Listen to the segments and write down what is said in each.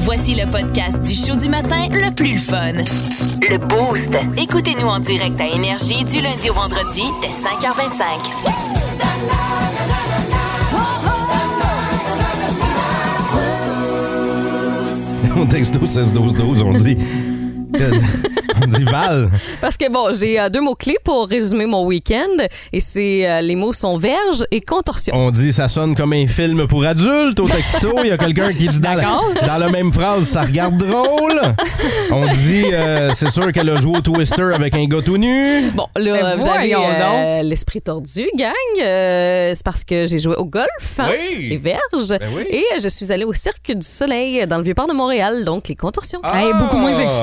Voici le podcast du show du matin le plus le fun. Le Boost. Écoutez-nous en direct à Énergie du lundi au vendredi dès 5h25. On texte 12, 16, 12, 12, on dit. on dit Val. Parce que bon, j'ai euh, deux mots-clés pour résumer mon week-end et c'est euh, les mots sont verge et contorsion. On dit ça sonne comme un film pour adultes au texto. Il y a quelqu'un qui dit dans la, D'accord. dans la même phrase, ça regarde drôle. On dit euh, c'est sûr qu'elle a joué au Twister avec un gars tout nu. Bon, là, Mais euh, vous avez Ben voyons euh, l'esprit tordu, gang. Euh, c'est parce que j'ai joué au golf, hein, Oui. Ben les verges. oui. Et euh, je suis allée au Cirque du Soleil euh, dans le Vieux-Port de Montréal, donc les contorsions. Ah, Hey, beaucoup moins excitant,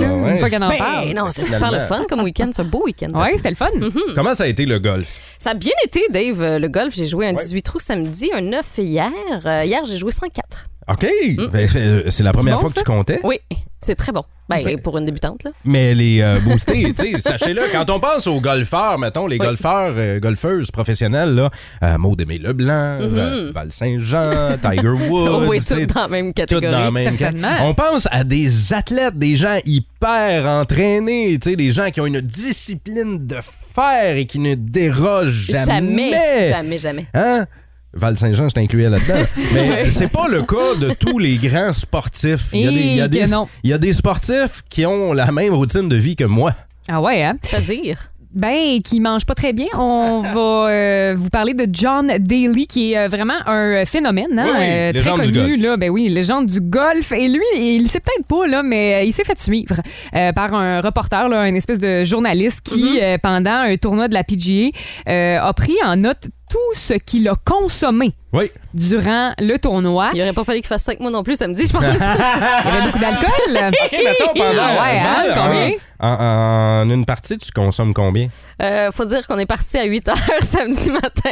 là, ouais. une fois qu'on en Ben, parle. non, Mm-hmm. c'est Finalement. super le fun comme week-end, c'est un beau week-end. Ouais, c'était le fun. Comment ça a été le golf? Ça a bien été, Dave, euh, le golf. J'ai joué un Ouais. 18 trous samedi, un 9 hier. Euh, hier, j'ai joué 104. OK. Ben, c'est c'est la première bon, fois que ça? tu comptais. Oui, c'est très bon. Ben, pour une débutante, là. Mais les euh, boostés, tu sais, sachez-le, quand on pense aux golfeurs, mettons, les golfeurs, euh, golfeuses professionnelles, là, euh, Maud Aimé Leblanc, euh, Val Saint-Jean, Tiger Woods, oui, tu sais, tout dans la même toutes Oh, dans catégorie. la même Certainement. case. On pense à des athlètes, des gens hyper entraînés, tu sais, des gens qui ont une discipline de fer et qui ne dérogent jamais. Jamais, jamais, jamais. Hein? Val Saint-Jean, je t'incluais là-dedans. Mais c'est pas le cas de tous les grands sportifs. Il y, a des, il y a Et des- que non. il y a des sportifs qui ont la même routine de vie que moi. Ah ouais, hein? C'est-à-dire, Ben, qui mange pas très bien. On va euh, vous parler de John Daly, qui est euh, vraiment un phénomène, hein? Oui, oui, euh, très légende connu, du golf. là. Ben oui, légende du golf. Et lui, il sait peut-être pas, là, mais euh, il s'est fait suivre euh, par un reporter, là, une espèce de journaliste qui, Mm-hmm. euh, pendant un tournoi de la PGA, euh, a pris en note tout ce qu'il a consommé Oui. durant le tournoi. il aurait pas fallu qu'il fasse ça avec moi non plus samedi, je pense. Il y avait beaucoup d'alcool. OK, mettons pendant. Ah ouais, hein, pendant- combien? En, en- en une partie, tu consommes combien? Euh, faut dire qu'on est parti à 8 h samedi matin.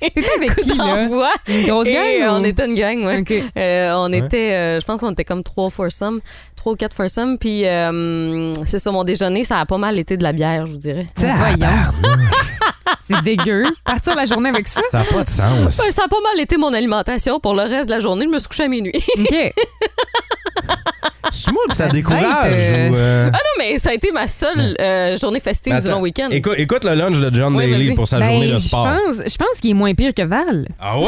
T'étais avec qui, là? T'envoies. Une grosse Et, gang? euh, ou- On était une gang, ouais. OK. Euh, on était, euh, je pense qu'on était comme trois foursomes, trois ou quatre foursomes. Puis euh, c'est ça, mon déjeuner, ça a pas mal été de la bière, je vous dirais. Tabarnouche, C'est dégueu. Partir la journée avec ça. ça n'a pas de sens. Ouais, Ben, ça a pas mal été mon alimentation. Pour le reste de la journée, je me suis couchée à minuit. OK. C'est moi que ça décourage. Bête, euh. ou, euh, ah non, mais ça a été ma seule euh, journée festive du attends, long week-end. Écoute, écoute le lunch de John Ouais, Daly vas-y. pour sa Ben, journée de je sport. pense, je pense qu'il est moins pire que Val. Ah oui?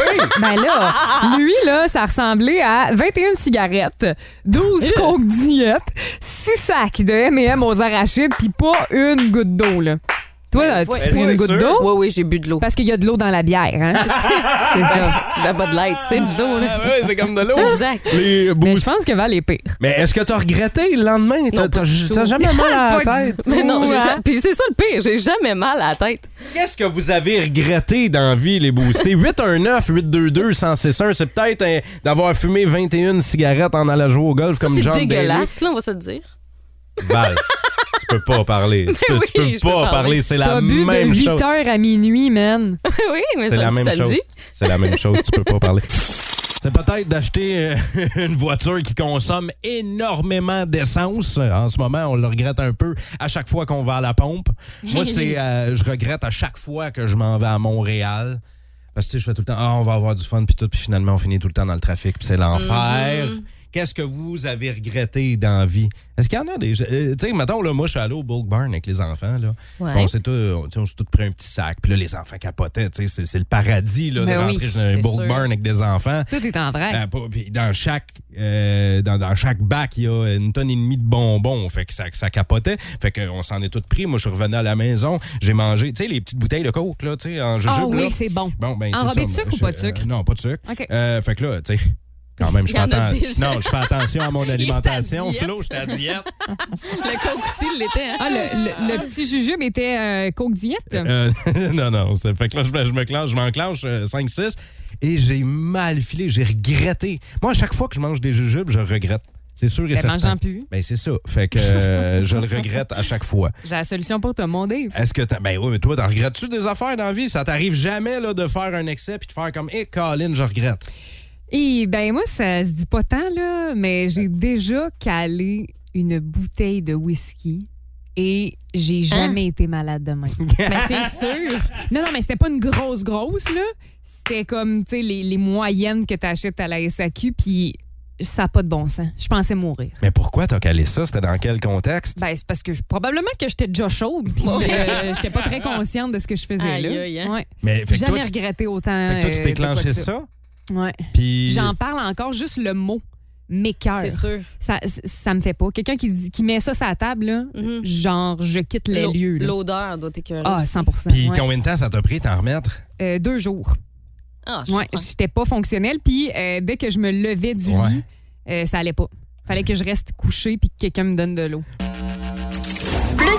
Ben là, lui, là, ça ressemblait à 21 cigarettes, Eh 12 coke diète, 6 sacs de M&M aux arachides, puis pas une goutte d'eau, là. Toi, là, tu Ben, ouais, prends c'est une goutte Ben, sûr. d'eau? Oui, oui, j'ai bu de l'eau. Parce qu'il y a de l'eau dans la bière, hein? C'est ça. La Bud Light, c'est de l'eau, là. Ben, oui, Ah c'est comme de l'eau. Exact. Les Mais je boosts. pense que Val est pire. Mais est-ce que t'as regretté le lendemain? T'as- Non, pas T'as du tout. t'as jamais mal à la Pas du tête? Mais non, j'ai Ouais. ja- puis c'est ça le pire, j'ai jamais mal à la tête. Qu'est-ce que vous avez regretté dans la vie, les boostés? 819 822 1061 c'est peut-être hein, d'avoir fumé 21 cigarettes en allant jouer au golf Ça, comme C'est John dégueulasse, là, on va se le dire. Daly. Val, tu peux pas parler. Tu peux, Ben oui, tu peux je peux pas parler. parler, c'est la T'as bu de même 8 chose. heures à minuit, man. oui, mais C'est ça la même chose. samedi. C'est la même chose, tu peux pas parler. C'est peut-être d'acheter euh, une voiture qui consomme énormément d'essence. En ce moment, on le regrette un peu à chaque fois qu'on va à la pompe. Moi, c'est euh, je regrette à chaque fois que je m'en vais à Montréal. Parce que tu sais, je fais tout le temps, ah, on va avoir du fun, puis tout, puis finalement, on finit tout le temps dans le trafic, puis c'est l'enfer. Mhm. Qu'est-ce que vous avez regretté dans la vie? Est-ce qu'il y en a des. euh, tu sais, mettons, là, moi, je suis allé au Bulk Barn avec les enfants, là. Ouais. Puis On s'est tous, on- tu sais, on s'est tous pris un petit sac, puis là, les enfants capotaient, tu sais, c'est- c'est le paradis, là, de Ben rentrer oui, dans un c'est Bulk sûr. Barn avec des enfants. Tout est en vrai. Euh, pas- puis dans chaque euh, dans, dans chaque bac, il y a une tonne et demie de bonbons. Fait que ça, ça capotait. Fait qu'on s'en est tous pris. Moi, je suis revenu à la maison. J'ai mangé, tu sais, les petites bouteilles de coke, là, tu sais, en jujube. Ah là. oui, c'est bon. Bon, ben, Enrobé c'est de ça, sucre moi, ou pas de je- sucre? euh, non, pas de sucre. OK. Euh, fait que là, tu sais, quand même, je Il y fais en a attention. déjà. Non, je fais attention à mon alimentation. diète. Flo, j'étais à diète. Le coke aussi, il l'était, hein? Ah, le, le- le petit jujube était euh, coke diète? Euh, non, non. c'est- Fait que là, je, je me clenche, je m'enclenche euh, 5-6 et j'ai mal filé, j'ai regretté. Moi, à chaque fois que je mange des jujubes, je regrette. C'est sûr et Ben, certain. mange-en plus. Ben, c'est ça. Fait que euh, je le regrette à chaque fois. J'ai la solution pour toi, mon Dave. Est-ce que t'as- Ben oui, mais toi, t'en regrettes-tu des affaires dans la vie? Ça t'arrive jamais là, de faire un excès puis de faire comme, hé, Colin, je regrette. Et ben moi, ça se dit pas tant, là, mais j'ai déjà calé une bouteille de whisky et j'ai Hein? jamais été malade de même. mais c'est sûr. Non, non, mais c'était pas une grosse, grosse, là. C'était comme, tu sais, les, les moyennes que t'achètes à la SAQ, puis ça n'a pas de bon sens. Je pensais mourir. Mais pourquoi t'as calé ça? C'était dans quel contexte? Ben, c'est parce que je- probablement que j'étais déjà chaude. puis, euh, j'étais pas très consciente de ce que je faisais Aïe, là. aïe, hein. Ouais. Mais fait que toi, Jamais tu, regretté autant. fait que toi, tu euh, de déclenchais quoi que ça, Ouais. Puis puis... J'en parle encore juste le mot. Mes cœurs. C'est sûr. Ça, ça me fait pas. Quelqu'un qui, dit- qui met ça sur la table, là, Mhm. genre, je quitte les L'o- lieux. là. L'odeur doit t'écœurer. Ah, aussi. 100 Puis ouais. combien de temps ça t'a pris t'en remettre? Euh, Deux jours. Ah, je Ouais, comprends. j'étais pas fonctionnelle. Puis euh, dès que je me levais du Ouais. lit, euh, ça allait pas. Fallait que je reste couchée puis que quelqu'un me donne de l'eau. Plus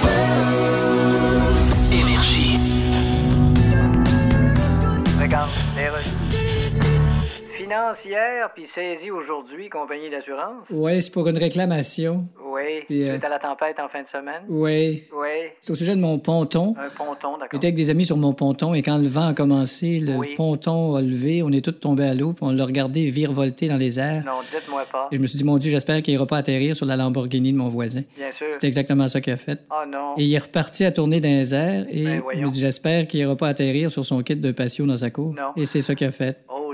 Regarde, les Financière, puis saisie aujourd'hui, compagnie d'assurance. Oui, c'est pour une réclamation. Oui. Puis, euh, C'est à la tempête en fin de semaine. Oui. Oui. C'est au sujet de mon ponton. Un ponton, d'accord. J'étais avec des amis sur mon ponton et quand le vent a commencé, le Oui. ponton a levé, on est tous tombés à l'eau, puis on l'a regardé virevolter dans les airs. Non, dites-moi pas. Et je me suis dit, mon Dieu, j'espère qu'il n'ira pas atterrir sur la Lamborghini de mon voisin. Bien sûr. C'est exactement ça qu'il a fait. Oh Euh. non. Et il est reparti à tourner dans les airs et Ben, je voyons. me dis, j'espère qu'il n'ira pas atterrir sur son kit de patio dans sa cour. Non. Et c'est ça qu'il a fait. Oh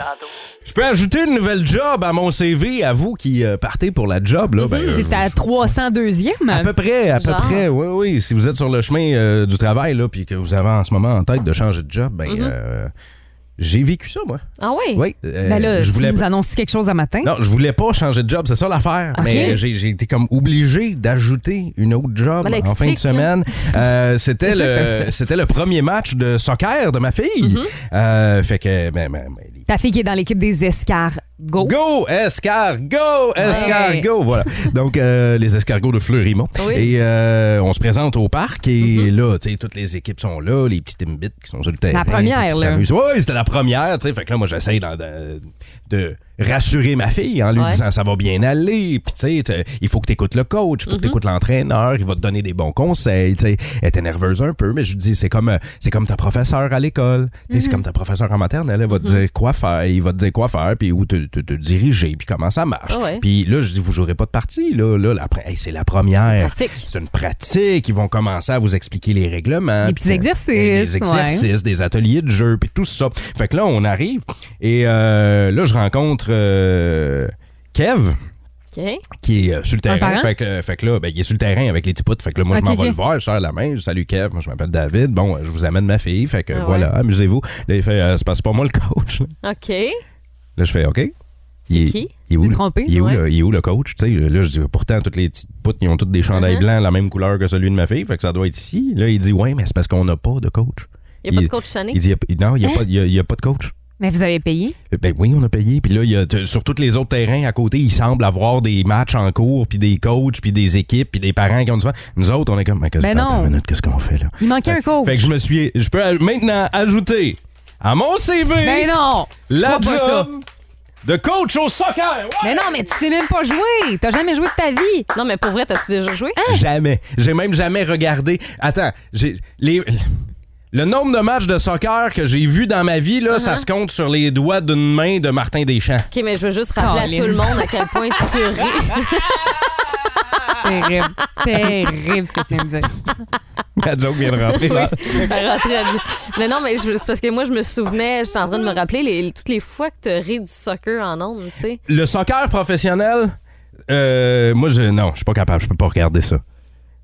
À tantôt. Je peux ajouter une nouvelle job à mon CV, à vous qui euh, partez pour la job. Là, ben, Mhm, C'est à euh, 302e. À peu près, à peu Genre. près, oui, oui. Si vous êtes sur le chemin euh, du travail, là, puis que vous avez en ce moment en tête de changer de job, ben, Mhm. euh, j'ai vécu ça, moi. Ah oui? Oui. euh, Ben là, je voulais tu nous pas- annonces quelque chose à Hein? matin? Non, je voulais pas changer de job, c'est ça l'affaire. Ok. Mais j'ai j'ai été comme obligé d'ajouter une autre job Ben là, en fin de explique, là. semaine. Euh, c'était le c'était le premier match de soccer de ma fille. Mm-hmm. Euh, fait que ben, ben, ben, Ta fille qui est dans l'équipe des escargots. Go, escargot, escargot, voilà. Donc, euh, les escargots de Fleurimont. Oui. Et euh, on se présente au parc et là, tu sais, toutes les équipes sont là, les petits Timbits qui sont sur le terrain. première, puis qui là. s'amusent. Oui, c'était la première, tu sais. Fait que là, moi, j'essaye d'en- de, de rassurer ma fille en lui Ouais. disant ça va bien aller. Puis, tu sais, t'as- il faut que tu écoutes le coach, il faut que tu écoutes l'entraîneur, il va te donner des bons conseils, tu sais. Elle était nerveuse un peu, mais je lui dis, c'est comme, euh, c'est comme ta professeure à l'école. Tu sais, C'est comme ta professeure en maternelle, elle va te dire quoi faire, il va te dire quoi faire, puis où te, te- te diriger, puis comment ça marche. Ah ouais. Puis là, je dis, vous jouerez pas de partie, là. là la pre- hey, c'est la première. Pratique. C'est une pratique. Ils vont commencer à vous expliquer les règlements. Les puis petits que- exercices, Des exercices, des ateliers de jeu, puis tout ça. Fait que là, on arrive et euh, là, je rencontre euh, Kev OK. qui est euh, sur le terrain. parent? Fait que, fait que là, ben, il est sur le terrain avec les petits poutres. Fait que là, moi, Ok, je m'en vais ok. le voir, je serre la main, je dis, salut Kev, moi, je m'appelle David. Bon, euh, je vous amène ma fille. Fait que Ah ouais. voilà, amusez-vous. Là, il fait, euh, c'est pas, c'est pas moi le coach. OK. Là, je fais, OK. C'est Il est- qui? Il est où, T'es le- trompé, il est où, ouais. le, il est où le coach? Tu sais, là, je dis, pourtant, toutes les petites poutres, ils ont toutes des chandails blancs, la même couleur que celui de ma fille. Fait que ça doit être ici. Là, il dit, ouais, mais c'est parce qu'on n'a pas de coach. Il n'y a pas de coach cette année? Il dit, Il y a- non, il n'y a, pas- il y a- il y a pas de coach. Mais vous avez payé? Ben oui, on a payé. Puis là, il y a, t- sur tous les autres terrains à côté, il semble avoir des matchs en cours, puis des coachs, puis des équipes, puis des parents qui ont du fun. Nous autres, on est comme, mais qu'est-ce Ben attends non. une minute, qu'est-ce qu'on fait là? Il manquait un coach. Fait que je me suis. Je peux maintenant ajouter à mon CV Mais Ben non! la Je crois pas ça. job de coach au soccer. Ouais! Mais non, mais tu sais même pas jouer! T'as jamais joué de ta vie! Non, mais pour vrai, t'as-tu déjà joué? Ben Hein? Jamais. J'ai même jamais regardé. Attends, j'ai les le nombre de matchs de soccer que j'ai vu dans ma vie là, Uh-huh. ça se compte sur les doigts d'une main de Martin Deschamps. OK, mais je veux juste rappeler à Colin. tout le monde à quel point tu ris. Terrible. Terrible ce que tu viens de dire. La joke vient de rentrer. là. à rentrer à- Mais non, mais je- c'est parce que moi, je me souvenais, j'étais en train de me rappeler les- toutes les fois que tu ris du soccer en ondes, tu sais. Le soccer professionnel, euh, moi, je, non, je suis pas capable, je peux pas regarder ça.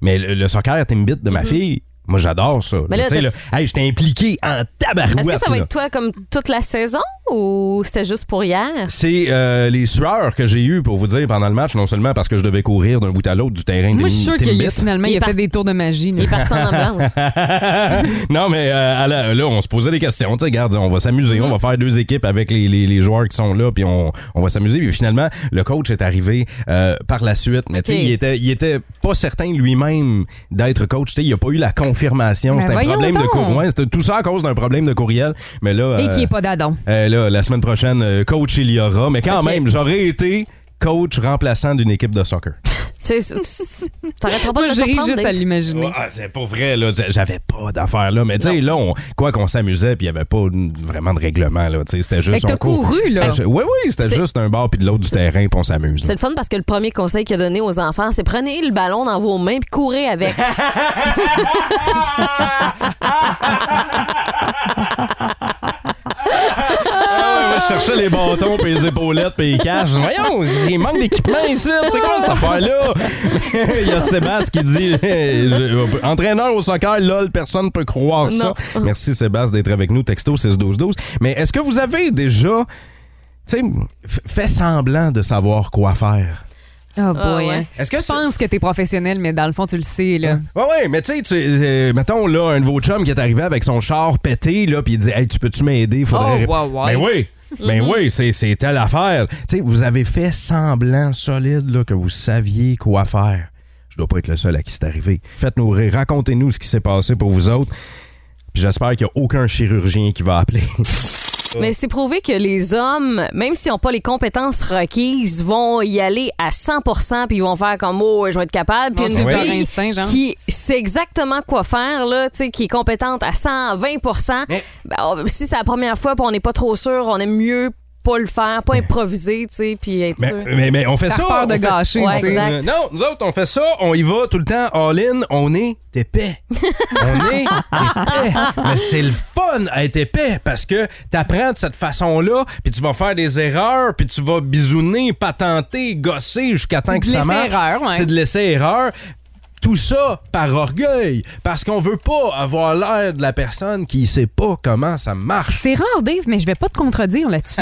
Mais le, le soccer Timbit de ma fille, Moi, j'adore ça. Mhm. Mais là, Tu sais, t'as- là, hey, j'étais impliqué en tabarouette. Est-ce que ça va là. être toi comme toute la saison ou c'était juste pour hier? C'est euh, les sueurs que j'ai eues pour vous dire pendant le match, non seulement parce que je devais courir d'un bout à l'autre du terrain Moi, des je suis sûre Timbits. qu'il a finalement Il il est a fait par- des tours de magie. là. Il est parti en ambulance. non, mais euh, à la- là, on se posait des questions. Tu sais, regarde, on va s'amuser, on va faire deux équipes avec les, les- les joueurs qui sont là, puis on, on va s'amuser. Puis finalement, le coach est arrivé euh, par la suite, mais tu sais, Ok. il était, il était pas certain lui-même d'être coach. Tu sais, il a pas eu la confirmation. Ben C'était un voyons problème de donc. courriel. C'était tout ça à cause d'un problème de courriel. Mais là, Et qui euh, est pas d'adon. euh, là, la semaine prochaine, euh, coach il y aura, mais quand Ok. même, j'aurais été coach remplaçant d'une équipe de soccer. Tu sais, c'est- T'arrêteras pas Moi, de je te ris surprendre, juste à Dave. l'imaginer. Ouais, ah, c'est pas vrai, là. J'avais pas d'affaires, là. Mais tu sais, là, on- quoi qu'on s'amusait, puis il y avait pas une- vraiment de règlement, là. Tu sais, c'était Fait juste. que t'as on court. couru, là. C'était- Oui, oui, c'était C'est- juste un bar puis de l'autre du terrain, puis on s'amuse. C'est là. le fun parce que le premier conseil qu'il a donné aux enfants, c'est prenez le ballon dans vos mains puis courez avec. Ah ouais, moi, je cherchais les bâtons, puis les épaulettes, puis les caches. Voyons, il manque d'équipement ici. C'est quoi cette affaire-là? il y a Sébastien qui dit euh, je- Entraîneur au soccer, lol, personne peut croire ça. Merci Sébastien d'être avec nous, texto 6-12-12. Mais est-ce que vous avez déjà. Tu sais, f- fait semblant de savoir quoi faire. Oh boy. Ah ouais. hein. Est-ce que tu c'est- penses que t'es professionnel, mais dans le fond, tu le sais, là. Ouais, ouais, mais tu sais, tu- euh, mettons, là, un de vos chums qui est arrivé avec son char pété, là, puis il dit, hey, tu peux-tu m'aider? Faudrait. Oh, wow, Mm-hmm. wow. Ben oui! Ben oui, c'est- c'est telle affaire. Tu sais, vous avez fait semblant solide, là, que vous saviez quoi faire. Je dois pas être le seul à qui c'est arrivé. Faites-nous rire, racontez-nous ce qui s'est passé pour vous autres. Puis J'espère qu'il n'y a aucun chirurgien qui va appeler. Mais c'est prouvé que les hommes, même s'ils n'ont pas les compétences requises, vont y aller à 100 puis ils vont faire comme oh, je vais être capable. Puis On une suit leur fille instinct, genre. qui sait exactement quoi faire là, tu sais, qui est compétente à 120 Mais- ben, on- si c'est la première fois, puis on n'est pas trop sûr, on aime mieux pas le faire, pas improviser, tu sais, puis être Mais, sûr. mais, mais on fait ça. T'as peur on de fait- gâcher, Ouais, tu sais. exact. Euh, non, nous autres, on fait ça, on y va tout le temps all-in, on est épais. on est épais. Mais c'est le fun à être épais parce que t'apprends de cette façon-là, puis tu vas faire des erreurs, puis tu vas bisouner, patenter, gosser jusqu'à temps C'est que de ça marche. laisser-erreur, ouais. C'est de laisser erreur. Tout ça par orgueil, parce qu'on veut pas avoir l'air de la personne qui sait pas comment ça marche. C'est rare, Dave, mais je vais pas te contredire là-dessus.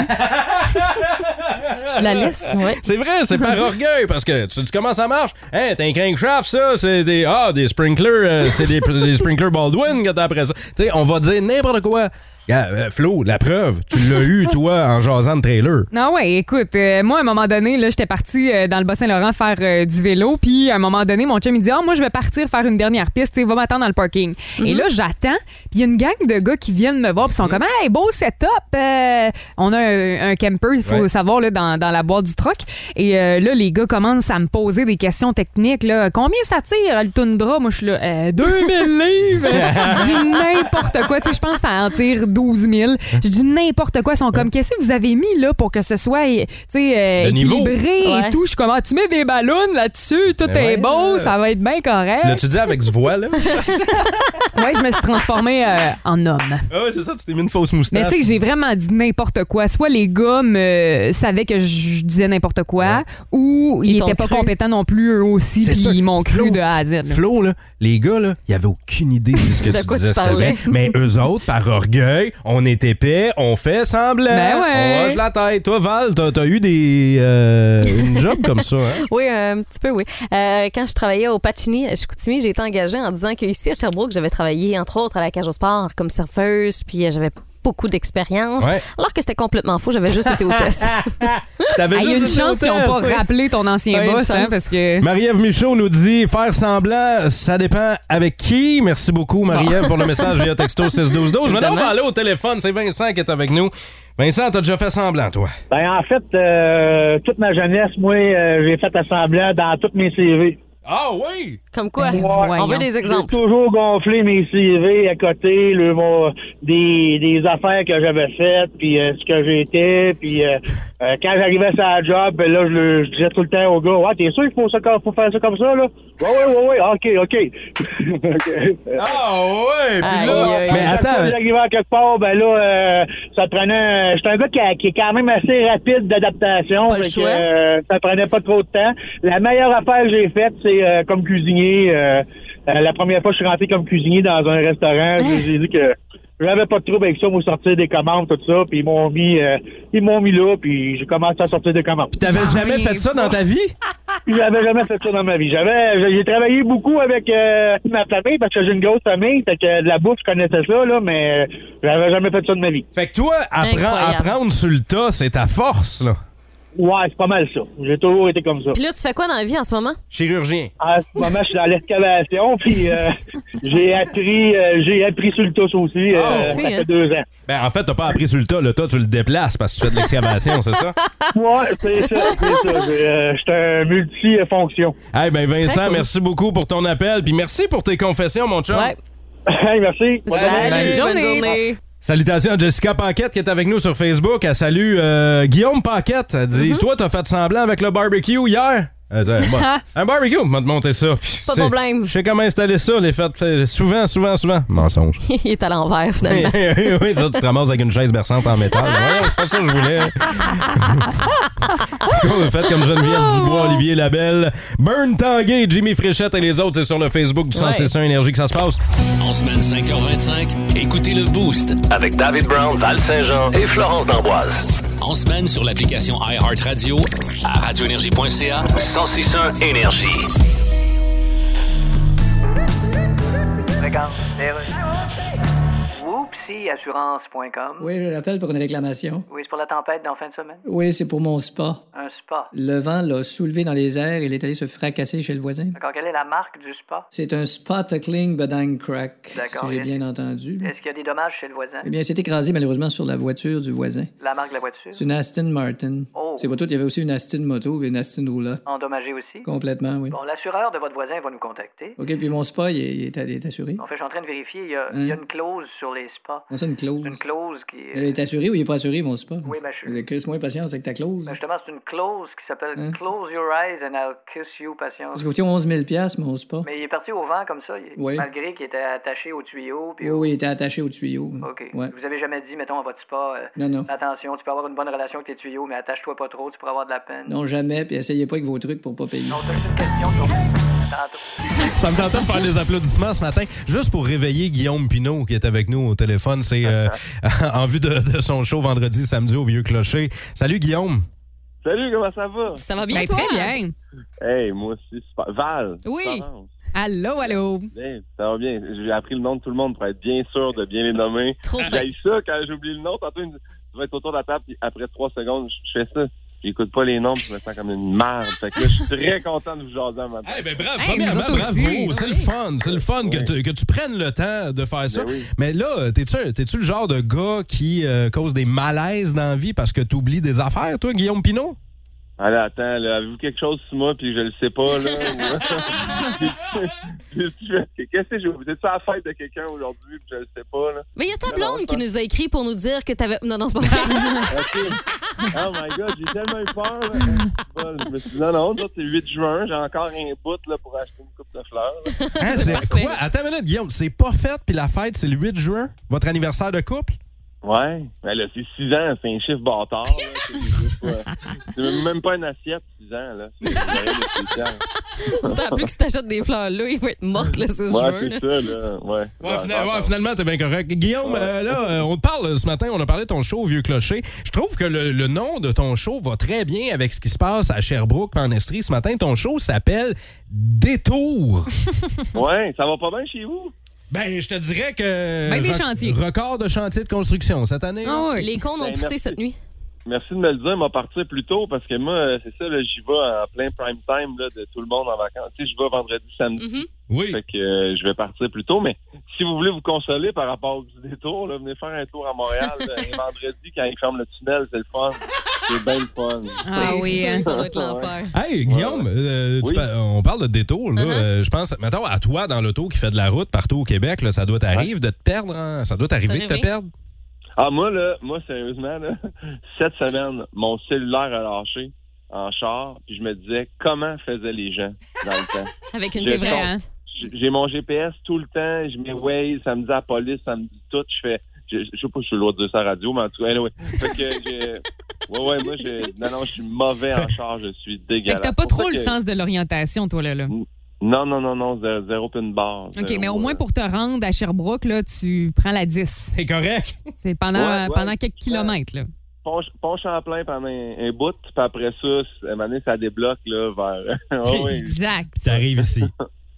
je la laisse. Ouais. C'est vrai, c'est par orgueil, parce que tu sais comment ça marche? Hein, t'es un crankshaft, ça, c'est des, ah, des sprinklers, euh, c'est des, des sprinklers Baldwin que t'as après ça. Tu sais, on va dire n'importe quoi. Regarde, euh, Flo, la preuve, tu l'as eu, toi, en jasant de trailer. Non, ouais, écoute, euh, moi, à un moment donné, là, j'étais partie euh, dans le Bas-Saint-Laurent faire euh, du vélo, puis à un moment donné, mon chum, il dit Ah, moi, je vais partir faire une dernière piste, tu sais, va m'attendre dans le parking. Et là, j'attends, puis il y a une gang de gars qui viennent me voir, puis ils sont comme Hey, beau setup euh, On a un, un camper, il faut Ouais. savoir, là, dans, dans la boîte du truck. Et euh, là, les gars commencent à me poser des questions techniques, là. Combien ça tire, le Tundra Moi, je suis là, Euh, 2000 livres Je dis n'importe quoi, tu sais, je pense que ça en tire 12 000. Je dis n'importe quoi, ils sont comme Qu'est-ce que vous avez mis, là, pour que ce soit, euh, tu sais, euh, Le niveau. équilibré Ouais. et tout Je suis comme Ah, Tu mets des ballons là-dessus, tout Mais ouais. est beau, ça va être bien correct. L'as-tu dit avec ce voix, là? ouais, je me suis transformée euh, en homme. Ah ouais, c'est ça, tu t'es mis une fausse Mais moustache. tu sais, j'ai vraiment dit n'importe quoi. Soit les gars me savaient que je disais n'importe quoi, ou ils Ils t'ont étaient pas cru. compétents non plus eux aussi, C'est puis sûr. ils m'ont Flo, cru de A à Z. là. Flo, là, les gars, là, ils avaient aucune idée de ce que De tu quoi disais, tu c'était parlais. vrai. Mais eux autres, par orgueil, on est épais, on fait semblant, Ben ouais. on hoche la tête. Toi, Val, t'as t'as eu des euh, une job comme ça, hein? Oui, un petit peu, oui. Euh, quand je travaillais au Pacini, à Chicoutimi, j'ai été engagée en disant qu'ici, à Sherbrooke, j'avais travaillé, entre autres, à la cage au sport comme surfeuse, puis euh, j'avais beaucoup d'expérience. Ouais. Alors que c'était complètement faux, j'avais juste été hôtesse. T'avais Ah, Il y a une juste chance qu'ils été n'ont pas hôtesse. rappelé ton ancien Ouais, Ben, une boss, hein, chance. parce que. Marie-Ève Michaud nous dit faire semblant, ça dépend avec qui. Merci beaucoup, Marie-Ève, pour le message via texto 61212. Maintenant, on va aller au téléphone. C'est Vincent qui est avec nous. Vincent, t'as déjà fait semblant, toi. Ben en fait, euh, toute ma jeunesse, moi, euh, j'ai fait assemblant dans toutes mes CV. Ah oui! Comme quoi, Ben on voyons. veut des J'ai exemples. toujours gonflé mes CV à côté, le, mon- des, des affaires que j'avais faites, puis euh, ce que j'étais, puis euh, euh, quand j'arrivais sur la job, ben là, je, le- je disais tout le temps au gars, ouais, t'es sûr qu'il faut, ça, comme- faut faire ça comme ça, là? Ouais, ouais, ouais, ouais, ok, ok. Ok. Ah oui! Puis là- Aïe, aïe, aïe. Mais Chaque fois que attends, euh, j'arrivais à quelque part, ben là, euh, ça prenait. un- J'étais un gars qui, a- qui est quand même assez rapide d'adaptation. Pas le fait que, choix. euh, ça prenait pas trop de temps. La meilleure affaire que j'ai faite, c'est euh, comme cuisinier. euh, Euh, la première fois que je suis rentré comme cuisinier dans un restaurant, Hein? j'ai- j'ai dit que j'avais pas de trouble avec ça, moi sortir des commandes, tout ça, puis ils m'ont mis euh, ils m'ont mis là, puis j'ai commencé à sortir des commandes. T'avais jamais fait ça dans ta vie? J'avais jamais fait ça dans ma vie. J'avais, j'ai- j'ai travaillé beaucoup avec euh, ma famille parce que j'ai une grosse famille, fait que de la bouffe, je connaissais ça là, mais j'avais jamais fait ça de ma vie. Fait que toi, apprends- Incroyable. apprendre sur le tas, c'est ta force, là. Ouais, c'est pas mal ça. J'ai toujours été comme ça. Puis là, tu fais quoi dans la vie en ce moment? Chirurgien. En ce moment, je suis dans l'excavation, puis euh, j'ai appris, euh, j'ai appris sur le tas aussi. euh, Ça aussi, ça hein. fait deux ans. Ben, en fait, t'as pas appris sur le tas. Le tas, tu le déplaces parce que tu fais de l'excavation, c'est ça? Ouais, c'est ça, c'est ça. J'ai, euh, J'étais un multi-fonction. Hey, ben, Vincent, Très cool. merci beaucoup pour ton appel. Puis merci pour tes confessions, mon chum. Ouais. Hey, merci. Salut, Bonne journée. Salutations à Jessica Paquette qui est avec nous sur Facebook. Elle salue euh, Guillaume Paquette. Elle dit Mhm. Toi, t'as fait semblant avec le barbecue hier. Attends, moi, un barbecue, m'a monter ça. Pas de problème. Je sais comment installer ça, les fêtes. euh, Souvent, souvent, souvent. Mensonge. Il est à l'envers, finalement. ben. oui, ça, tu te ramasses avec une chaise berçante en métal. Ouais, c'est pas ça que je voulais. Faites comme Geneviève Dubois, Olivier Labelle, Burn Tanguay, Jimmy Fréchette et les autres. C'est sur le Facebook du 161 Énergie que ça se passe. En semaine 5h25, écoutez le Boost. Avec David Brown, Val Saint-Jean et Florence D'Amboise. En semaine sur l'application iHeartRadio à radioénergie.ca. 1061 Énergie. Regarde, Whoopsieassurance.com. Oui, je l'appelle pour une réclamation. Oui, c'est pour la tempête d'en fin de semaine. Oui, c'est pour mon spa. Un spa. Le vent l'a soulevé dans les airs et il est allé se fracasser chez le voisin. D'accord, quelle est la marque du spa? C'est un spa tuckling bedang crack, si D'accord, j'ai et- bien entendu. Est-ce qu'il y a des dommages chez le voisin? Eh bien, c'est écrasé malheureusement sur la voiture du voisin. La marque de la voiture? C'est une Aston Martin. Oh. C'est pas tout, il y avait aussi une Aston moto et une Aston roulotte. Endommagée aussi? Complètement, oui. Bon, l'assureur de votre voisin va nous contacter. OK, puis mon spa, il est, il est- il est assuré. En fait, je suis en train de vérifier. Il y a, il y a une clause sur les spas. On ça une clause. Une clause qui est. Il Hein? est assuré ou il est pas assuré, mon spa? Oui, ben, je- Euh, Chris, moins patience avec ta clause. Ben, Justement, c'est une clause qui s'appelle Hein? Close your eyes and I'll kiss you, patience. Parce que vous étiez 11 000 mon spa. Mais il est parti au vent comme ça, il- Oui. malgré qu'il était attaché au tuyau. Puis Oui, oui, il était attaché au tuyau. OK. Ouais. Vous avez jamais dit, mettons, à votre spa, euh, Non, non. attention, tu peux avoir une bonne relation avec tes tuyaux, mais attache-toi pas trop, tu pourras avoir de la peine. Non, jamais, puis essayez pas avec vos trucs pour pas payer. Non, ça, c'est une question de- Tantôt. Ça me tentait de faire des applaudissements ce matin, juste pour réveiller Guillaume Pinault qui est avec nous au téléphone. C'est euh, en vue de, de son show vendredi, samedi au Vieux Clocher. Salut Guillaume. Salut, comment ça va? Ça va bien, Ben, toi? très bien. Hey, moi aussi, super. Val! Oui. Florence, Allô, allô. hey, ça va bien. J'ai appris le nom de tout le monde pour être bien sûr de bien les nommer. Trop fait. J'ai ça quand j'oublie le nom. Tantôt, ils me disent, tu vas être autour de la table, puis après trois secondes, je je fais ça. J'écoute pas les noms, puis je me sens comme une merde. Fait que là, je suis très content de vous jaser à matin. Eh ben, bravo, Hey, premièrement, nous autres bravo. aussi. C'est Oui. le fun. C'est le fun que, Oui. tu, que tu prennes le temps de faire ça. Ben oui. Mais là, t'es-tu, t'es-tu le genre de gars qui euh, cause des malaises dans la vie parce que tu oublies des affaires, toi, Guillaume Pinault? Allez, attends, là, avez-vous quelque chose sur moi, puis je le sais pas, là? ou- Puis je fais, Qu'est-ce que j'ai oublié? C'est la fête de quelqu'un aujourd'hui, puis je le sais pas, là? Mais il y a ta Alors, blonde ça- qui nous a écrit pour nous dire que t'avais. Non, non, c'est pas vrai. OK. Oh my God, j'ai tellement eu peur. Là. Bol. Je me suis dit, non, non, ça, c'est 8 juin, j'ai encore un bout là, pour acheter une coupe de fleurs. là. Hein, c'est quoi? Attends une minute, Guillaume. C'est pas fait, puis la fête, c'est le 8 juin, votre anniversaire de couple? Ouais, mais là, c'est 6 ans, c'est un chiffre bâtard. là. C'est juste, euh, C'est même pas une assiette, 6 ans. Là. C'est- c'est- c'est- c'est- Pourtant, plus que tu t'achètes des fleurs là, il va être morte le 6 juin. Ouais, c'est ça, là. Ouais, Ouais, Ouais, fina- ouais, ouais. finalement, t'es bien correct. Guillaume, euh, là, euh, on te parle euh, ce matin, on a parlé de ton show au Vieux Clocher. Je trouve que le, le nom de ton show va très bien avec ce qui se passe à Sherbrooke, en Estrie. Ce matin, ton show s'appelle Détour. Ouais, ça va pas bien chez vous? ben, je te dirais que. Ben, des rec- chantiers. Record de chantier de construction cette année. là. Ah oui. Les cons ont Ben, poussé merci. cette nuit. Merci de me le dire, m'a partir plus tôt parce que moi, euh, c'est ça, là, j'y vais en plein prime time là, de tout le monde en vacances. Tu sais, je vais vendredi, samedi. Oui. Fait que euh, je vais partir plus tôt, mais si vous voulez vous consoler par rapport au petit détour, là, venez faire un tour à Montréal là, un vendredi quand ils ferment le tunnel, c'est le fun. C'est bien le fun. Ah oui. hein. sûr, ça doit être l'enfer. Hey, Guillaume, euh, tu Oui. pa- on parle de détour, Uh-huh. là. Euh, je pense, mettons, à toi dans l'auto qui fait de la route partout au Québec, là, ça doit t'arrive de te perdre. hein? Ça doit t'arriver de te Arrivé. perdre. Ah moi là, moi sérieusement, là, cette semaine, mon cellulaire a lâché en char, puis je me disais comment faisaient les gens dans le temps. Avec une Je C'est vraie. vrai, hein? J- J'ai mon GPS tout le temps, je mets Waze, ça me dit à la police, ça me dit tout, je fais je, je sais pas si je suis le droit de dire ça à la radio, mais en tout cas, anyway. Fait que j'ai- Ouais, ouais, moi, je, non, non, je suis mauvais en charge, je suis Fait que dégueulasse. Ben, t'as pas Pour ça trop le que- sens de l'orientation, toi, là. là. Non, non, non, non, zé- zéro pin bar. OK, zéro, mais au euh, moins pour te rendre à Sherbrooke, là, tu prends la 10. C'est correct. C'est pendant, Ouais, ouais. pendant quelques kilomètres. Là. euh, Ponche, ponche en plein pendant un, un bout, puis après ça, c- à un moment donné, ça débloque là, vers. Ah oui. Exact. T'arrives ici.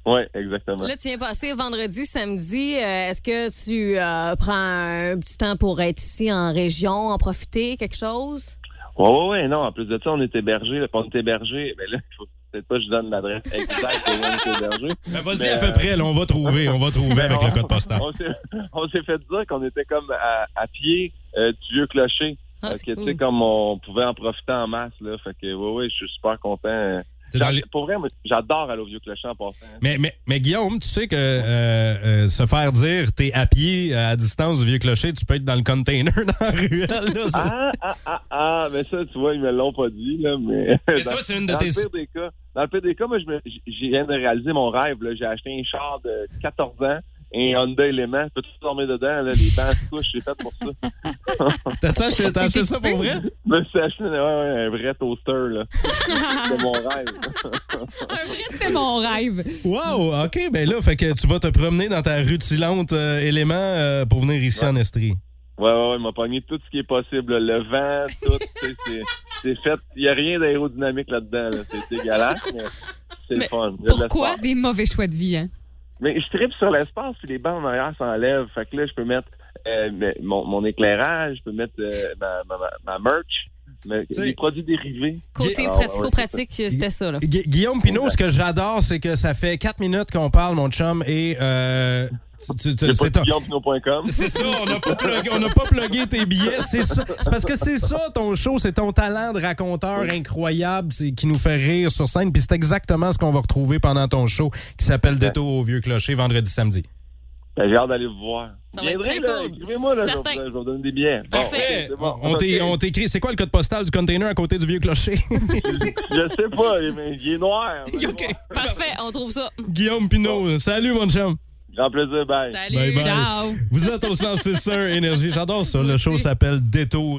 oui, exactement. Là, tu viens passer vendredi, samedi. Euh, Est-ce que tu euh, prends un petit temps pour être ici en région, en profiter, quelque chose? Ouais, ouais, ouais, non, en plus de ça, on est hébergé, là, puis on est hébergé, mais là, faut peut-être pas que je donne l'adresse exacte où on est hébergé. Ben, Vas-y, Mais, à peu euh, près, là, on va trouver. On va trouver avec le code postal. On s'est- on s'est fait dire qu'on était comme à, à pied euh, du vieux clocher. Ah, Fait c'est que, tu sais, cool. comme on pouvait en profiter en masse, là. Fait que, ouais, ouais, je suis super content. T'es dans J'a- les- Pour vrai, moi, j'adore aller au vieux clocher en passant. Mais, mais, mais Guillaume, tu sais que euh, euh, se faire dire t'es à pied euh, à distance du vieux clocher, tu peux être dans le container dans la ruelle. là, ça- Ah, ah, ah, ah, mais ça, tu vois, ils me l'ont pas dit, là, mais... Mais dans- toi, c'est une de ben, dans tes- le pire des cas, dans le pire des cas, moi, je me- j- j'ai viens de réaliser mon rêve, là. J'ai acheté un char de 14 ans, et un Honda Element. Peux-tu dormir dedans, là? Les bancs se couchent, c'est fait pour ça. T'as-tu acheté, t'as acheté t'es ça coupé? pour vrai? Je me suis acheté ouais, ouais, un vrai toaster, là. C'est mon rêve. C'était mon rêve. Wow, OK. Ben là, fait que tu vas te promener dans ta rutilante euh, élément euh, pour venir ici en Estrie. Ouais, ouais, ouais, il m'a pogné tout ce qui est possible. là. Le vent, tout, tu sais, c'est- c'est fait. Il n'y a rien d'aérodynamique là-dedans. Là. C'est dégueulasse, mais c'est le Mais fun. Il y a de Pourquoi l'espace. des mauvais choix de vie? Hein? Mais je tripe sur l'espace, puis les bancs en arrière s'enlèvent. Fait que là, je peux mettre euh, mes- mon, mon éclairage, je peux mettre euh, ma, ma, ma- ma merch, mais sais- les produits dérivés. Côté Ah, ouais, pratico-pratique, c'était ça, là. Gu- Guillaume ben. Pinot, ce que j'adore, c'est que ça fait quatre minutes qu'on parle, mon chum, et euh, tu- tu- J'ai pas c'est de ton- guillaumepinot.com. C'est ça, on n'a pas, plugué- on n'a pas plugué tes billets. C'est ça. C'est parce que c'est ça ton show, c'est ton talent de raconteur incroyable c'est- qui nous fait rire sur scène. Puis c'est exactement ce qu'on va retrouver pendant ton show qui s'appelle Détour au Vieux Clocher vendredi samedi. Ben, J'ai hâte d'aller vous voir. Ça va être très Viendrez, là, cool. écrivez-moi, là, je vais Certain. vous- je vais vous donner des billets. Bon, Parfait. c'est bon. On t'é- Ok. on t'écrit, c'est quoi le code postal du container à côté du Vieux Clocher? Je sais pas, mais il est noir. Vous allez voir. Parfait, on trouve ça. Guillaume Pinot, salut mon chum. Grand plaisir, bye. Salut. Bye bye. Ciao. Vous êtes au 106.1 Énergie. J'adore ça. Le show s'appelle Détour.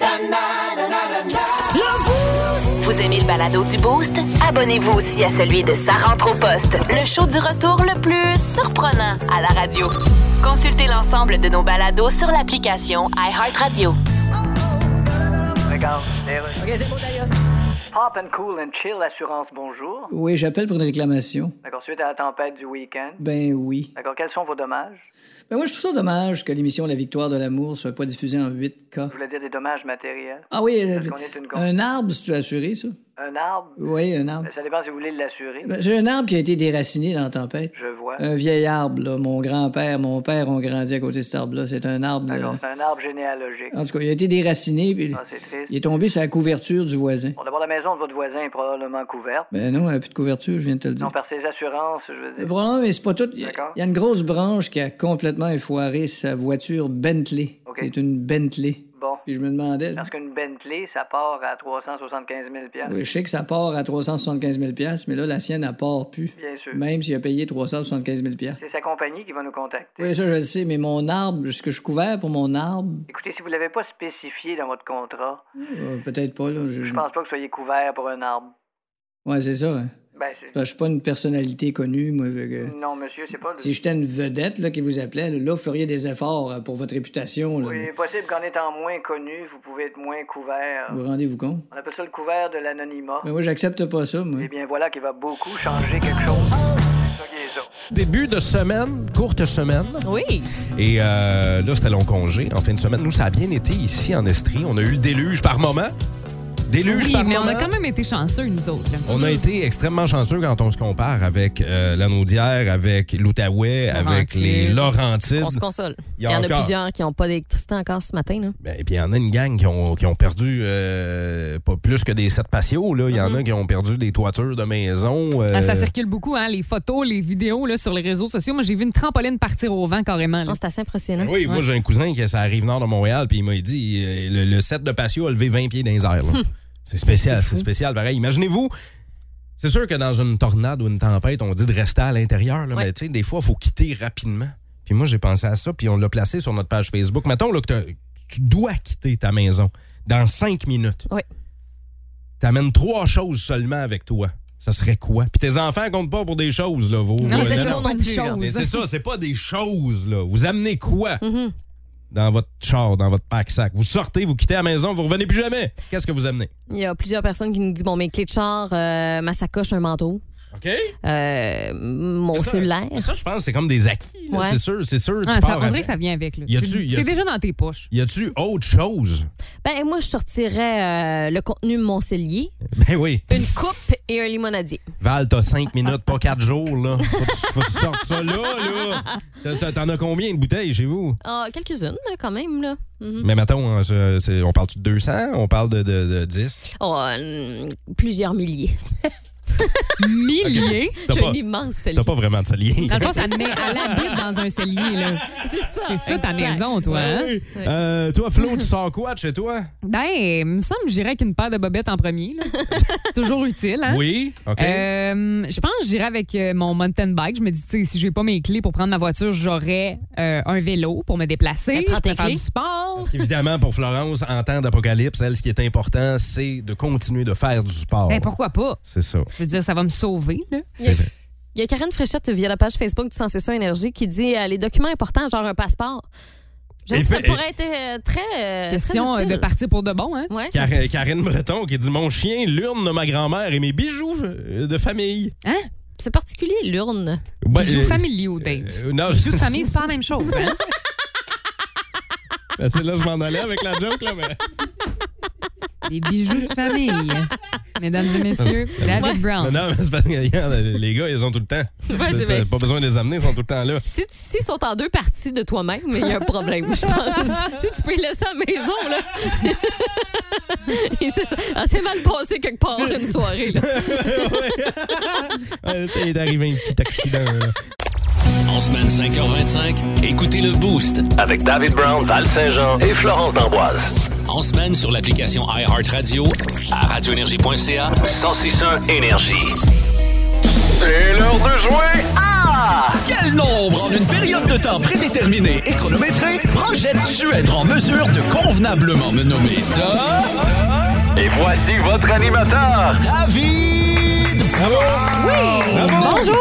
Vous aimez le balado du Boost? Abonnez-vous aussi à celui de Sa rentre au poste, le show du retour le plus surprenant à la radio. Consultez l'ensemble de nos balados sur l'application iHeartRadio. Regarde, Pop and cool and chill, assurance, bonjour. Oui, j'appelle pour une réclamation. D'accord, suite à la tempête du week-end. Ben oui. D'accord, quels sont vos dommages? Ben moi, je trouve ça dommage que l'émission La victoire de l'amour soit pas diffusée en 8K. Je voulais dire des dommages matériels. Ah oui, euh, Parce qu'on est une con- un arbre, si tu as assuré ça. Un arbre? Oui, un arbre. Ben, Ça dépend si vous voulez l'assurer. Ben, J'ai un arbre qui a été déraciné dans la tempête. Je vois. Un vieil arbre, là. Mon grand-père, mon père ont grandi à côté de cet arbre-là. C'est un arbre. D'accord, là. c'est un arbre généalogique. En tout cas, il a été déraciné, puis Ah, c'est triste. il est tombé sur la couverture du voisin. Bon, d'abord, la maison de votre voisin est probablement couverte. Ben non, il n'y a plus de couverture, je viens de te le dire. Non, par ses assurances, je veux Le dire. problème, mais c'est pas tout. Il y, a- D'accord. il y a une grosse branche qui a complètement effoiré sa voiture Bentley. OK. C'est une Bentley. Bon, Puis je me demandais. parce qu'une Bentley, ça part à 375 000 Oui, je sais que ça part à 375 000 mais là, la sienne, elle part plus. Bien sûr. Même s'il a payé 375 000 C'est sa compagnie qui va nous contacter. Oui, ça, je le sais, mais mon arbre, ce que je suis couvert pour mon arbre, Écoutez, si vous ne l'avez pas spécifié dans votre contrat, euh, peut-être pas, là. Je... je pense pas que vous soyez couvert pour un arbre. Ouais, c'est ça. hein. Ben, c'est- Parce que je suis pas une personnalité connue, moi. fait que- Non, monsieur, c'est pas... Si j'étais une vedette, là, qui vous appelait, là, vous feriez des efforts euh, pour votre réputation, là. Oui, il est possible qu'en étant moins connu, vous pouvez être moins couvert. Vous rendez-vous compte? On appelle ça le couvert de l'anonymat. Mais moi, j'accepte pas ça, moi. Eh bien, voilà qui va beaucoup changer quelque chose. C'est ça qui est ça. Début de semaine, courte semaine. Oui. Et euh, là, c'était long congé en fin de semaine. Nous, ça a bien été ici en Estrie. On a eu le déluge par moment. Déluge Oui, par mais moment. on a quand même été chanceux, nous autres. là. On a été extrêmement chanceux quand on se compare avec euh, la Naudière, avec l'Outaouais, avec Laurentides. les Laurentides. On se console. Il y Il y, a en encore- a plusieurs qui n'ont pas d'électricité encore ce matin. Là. Ben, et puis il y en a une gang qui ont, qui ont perdu euh, pas plus que des sept patios. là. Il y en a qui ont perdu des toitures de maison. euh, Mm-hmm. Ah, ça circule beaucoup, hein, les photos, les vidéos là, sur les réseaux sociaux. Moi, j'ai vu une trampoline partir au vent carrément. là. Non, C'est assez impressionnant. Ben Oui, moi j'ai un cousin qui est à la rive nord de Montréal, puis il m'a dit euh, le, le set de patio a levé 20 pieds dans les airs. Hum. là. c'est spécial, c'est spécial pareil. Imaginez-vous, c'est sûr que dans une tornade ou une tempête, on dit de rester à l'intérieur, là, Ouais. mais tu sais, des fois, il faut quitter rapidement. Puis moi, j'ai pensé à ça, puis on l'a placé sur notre page Facebook. Mettons là, que t'as- tu dois quitter ta maison dans cinq minutes. Ouais. T'amènes trois choses seulement avec toi. ça serait quoi? Puis tes enfants comptent pas pour des choses, là. Vos, Non, vos- c'est non, ça, non. non plus. là. Mais c'est ça, c'est pas des choses, là. Vous amenez quoi Mhm. dans votre char, dans votre pack-sac? Vous sortez, vous quittez la maison, vous revenez plus jamais. Qu'est-ce que vous amenez? Il y a plusieurs personnes qui nous disent bon, mes clés de char, euh, ma sacoche, un manteau, OK? euh, mon Mais ça, cellulaire. mais Ça, je pense, que c'est comme des acquis. là. Ouais. C'est sûr, c'est sûr. tu Ah, pars ça, on dirait avec. que ça vient avec. là. Y a-tu- C'est y a- c'est déjà dans tes poches. Y a-tu autre chose? Ben, moi, je sortirais euh, le contenu de mon cellier, Ben oui. une coupe et un limonadier. Val, t'as 5 minutes, pas 4 jours, là. Faut que, tu- faut que tu sortes ça là, là. T'as- t'as- T'en as combien de bouteilles chez vous? Ah, Quelques-unes, hein, quand même. Là. Mhm. Mais mettons, hein, ça, c'est- on parle de 200? On parle de, de- de 10? Oh, euh, plusieurs milliers. Milliers. T'as J'ai pas- un immense cellier. T'as pas vraiment de salier. Dans le fond, ça met à l'habit dans un cellier. là. C'est ça. C'est ça ta exact. maison, toi. hein? Euh, toi, Flo, tu sors quoi de chez toi? Ben, il me semble que j'irais avec une paire de bobettes en premier. là. C'est toujours utile. Hein? Oui. OK. Euh, je pense que j'irai avec euh, mon mountain bike. Je me dis, tu sais, si j'ai pas mes clés pour prendre ma voiture, j'aurais euh, un vélo pour me déplacer. Ben, prends Je peux tes faire clés. du sport. Parce qu'évidemment, pour Florence, en temps d'apocalypse, elle, ce qui est important, c'est de continuer de faire du sport. Ben, pourquoi pas? C'est ça. Je veux dire, ça va me sauver. Là. Il y a Karen Fréchette via la page Facebook du Sensation Énergie qui dit euh, les documents importants, genre un passeport. J'avoue Et que ça fait- pourrait être euh, très, euh, Question très euh, utile. de partir pour de bon. Hein? Ouais. Car- euh, Karine Breton qui dit Mon chien, l'urne de ma grand-mère et mes bijoux euh, de famille. C'est particulier, l'urne. Ben, Bijoux euh, familiaux, Dave. euh, non, Bijoux de famille, c'est pas la même chose. hein? Ben, c'est là que je m'en allais avec la joke, là, mais. Les bijoux de famille. Mesdames et messieurs, Ah, Non, David Brown. non, mais c'est parce que regarde, les gars, ils ont tout le temps. Ouais, c'est vrai. T'as pas besoin de les amener, ils sont tout le temps là. Si tu s'ils sont en deux parties de toi-même, il y a un problème, je pense. si tu peux les laisser à la maison, là. Il s'est- ah, c'est mal passé quelque part une soirée, là. Ouais, Il est Euh, arrivé un petit accident. là. En semaine 5h25, écoutez le Boost. Avec David Brown, Val Saint-Jean et Florence d'Amboise. En semaine sur l'application iHeartRadio à radioénergie.ca. 1061 Énergie. C'est l'heure de jouer! Ah! Quel nombre en une période de temps prédéterminée et chronométrée projettes-tu être en mesure de convenablement me nommer Tom, Et voici votre animateur, David? Bonjour!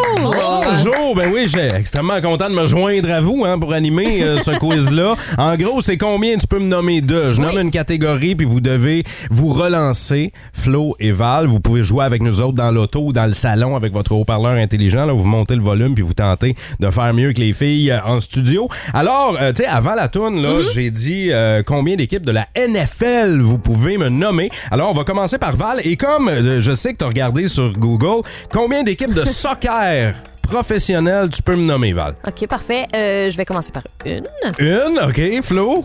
Bonjour, ben oui, j'ai extrêmement content de me joindre à vous hein, pour animer euh, ce quiz-là. En gros, c'est combien tu peux me nommer deux. Je nomme une catégorie, puis vous devez vous relancer, Flo et Val. Vous pouvez jouer avec nous autres dans l'auto ou dans le salon avec votre haut-parleur intelligent. Là, vous montez le volume, puis vous tentez de faire mieux que les filles euh, en studio. Alors, euh, tu sais, avant la tourne, là, j'ai dit euh, combien d'équipes de la NFL vous pouvez me nommer. Alors, on va commencer par Val. Et comme euh, je sais que tu as regardé sur Google, combien d'équipes de soccer professionnelles tu peux me nommer, Val? OK, parfait. Euh, je vais commencer par une. Une, OK, Flo?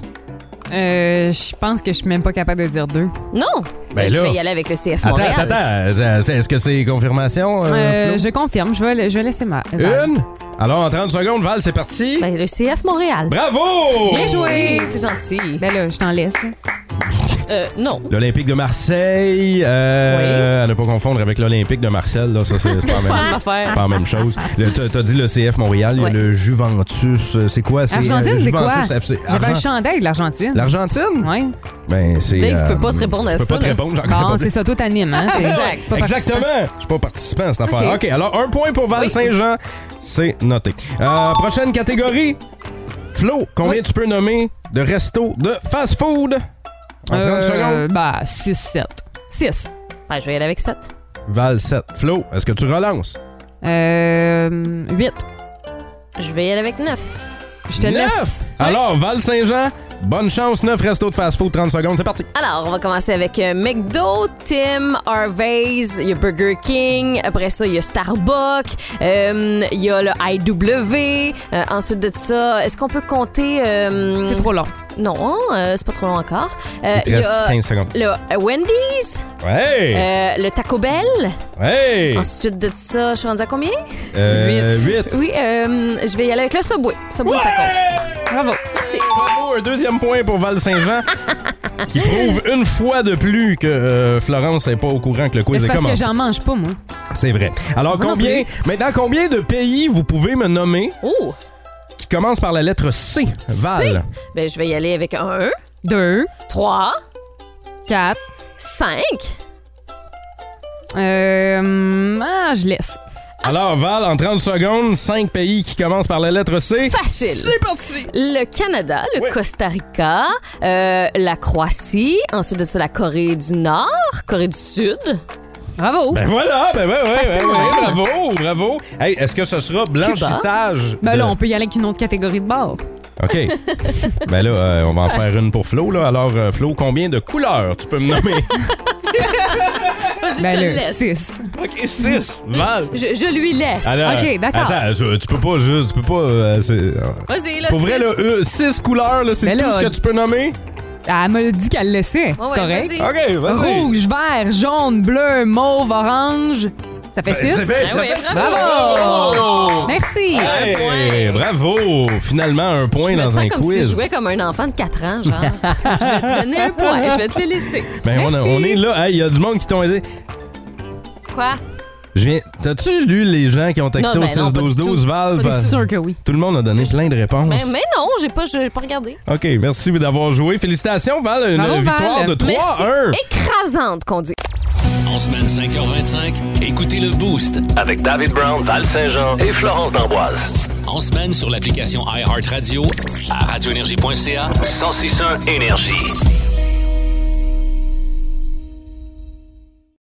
Euh, je pense que je suis même pas capable de dire deux. Non! Ben je là. vais y aller avec le CF Attends, Montréal. attends, attends. C'est- Est-ce que c'est confirmation, euh, Euh, Flo? Euh, je confirme, je vais, je vais laisser ma. Une? Alors, en 30 secondes, Val, c'est parti. Ben, le CF Montréal. Bravo! Bien joué! C'est gentil. Ben là, je t'en laisse. là. Euh, non. L'Olympique de Marseille, euh, à ne pas confondre avec l'Olympique de Marcel, là, ça c'est c'est pas, la même- affaire. pas la même chose. Le- T'as t'as dit le CF Montréal, il y a Ouais. le Juventus, euh, c'est quoi? C'est, euh, Argentine, c'est quoi? Juventus FC. J'avais un Argent- chandail de l'Argentine. L'Argentine? Ouais. Ben c'est. Dave, je peux pas te répondre à je peux ça, pas te là. répondre, j'en connais Bon, pas. c'est ça, toi t'animes, hein? Exact. Pas Exactement. Je suis pas participant à cette affaire. OK, Ok. alors un point pour Val Saint-Jean, c'est noté. Euh, prochaine catégorie. Flo, combien tu peux nommer de restos de fast-food? En 30 secondes. Euh, bah, 6, 7. 6. Ben, je vais y aller avec 7. Val 7. Flo, est-ce que tu relances? Euh, 8. Je vais y aller avec 9. Je te Neuf. laisse. Alors, Val Saint-Jean, bonne chance, 9 restos de fast-food, 30 secondes, c'est parti. Alors, on va commencer avec euh, McDo, Tim, Harvey's, il y a Burger King, après ça, il y a Starbucks, euh, il y a le IW, euh, ensuite de ça, est-ce qu'on peut compter... euh, C'est trop long. Non, euh, c'est pas trop long encore. Euh, Il te reste 15 secondes. le euh, Wendy's, Ouais! euh, le Taco Bell, ouais! ensuite de ça, je suis rendue à combien? Euh, 8. Oui, euh, je vais y aller avec le Subway. Subway, ça compte. Bravo. Bravo, un deuxième point pour Val Saint-Jean. qui prouve une fois de plus que euh, Florence n'est pas au courant que le Mais quiz C'est est parce que commencé. j'en mange pas, moi. C'est vrai. Alors, Moi non combien, maintenant, combien de pays vous pouvez me nommer Oh, qui commencent par la lettre C, Val? Ah. ben je vais y aller avec un 1, 2, 3, 4, 5. Euh, ah, je laisse. Alors, Val, en 30 secondes, 5 pays qui commencent par la lettre C. Facile. Le Canada, le Costa Rica, euh, la Croatie, ensuite de ça la Corée du Nord, Corée du Sud. Bravo. Ben voilà, ben ouais, ouais, Facile, ouais, ouais, hein? bravo, bravo. Hey, est-ce que ce sera blanchissage? Ben de- là, on peut y aller avec une autre catégorie de bord. OK. ben là, euh, on va en faire une pour Flo. Là. Alors, euh, Flo, combien de couleurs tu peux me nommer? Vas-y, je Ben te là, le laisse. six. OK, 6. Val. Je, je lui laisse. Alors, Ah Attends, tu, tu peux pas juste, tu peux pas... euh, c'est- Vas-y, là, pour vrai, six. là, 6 couleurs, là, c'est Ben tout là, ce que tu peux nommer? Ah, Elle m'a dit qu'elle le sait. ouais, c'est correct. euh, vas-y. OK, vas-y. Rouge, vert, jaune, bleu, mauve, orange. Ça fait Ben, six? c'est fait, ça Ah oui, fait- bravo! Bravo! Merci. Hey, bravo! Finalement, un point Je me dans sens un comme si quiz. je jouais comme un enfant de 4 ans, genre. je vais te donner un point, je vais te le laisser. Ben, on, a- Merci. on est là. Hey, Il y a du monde qui t'ont aidé. Quoi? Je viens... T'as-tu lu les gens qui ont texté Non, au ben non, pas du 6-12-12, tout. Val? C'est Val- sûr que oui. Tout le monde a donné plein de réponses. Mais, mais non, j'ai pas, j'ai pas regardé. OK, merci d'avoir joué. Félicitations, Val. Une Bravo, Val. victoire de 3-1. Merci. Écrasante qu'on dit. En semaine 5h25, écoutez le Boost. Avec David Brown, Val Saint-Jean et Florence D'Amboise. En semaine sur l'application iHeartRadio, à radioénergie.ca. 1061 Énergie.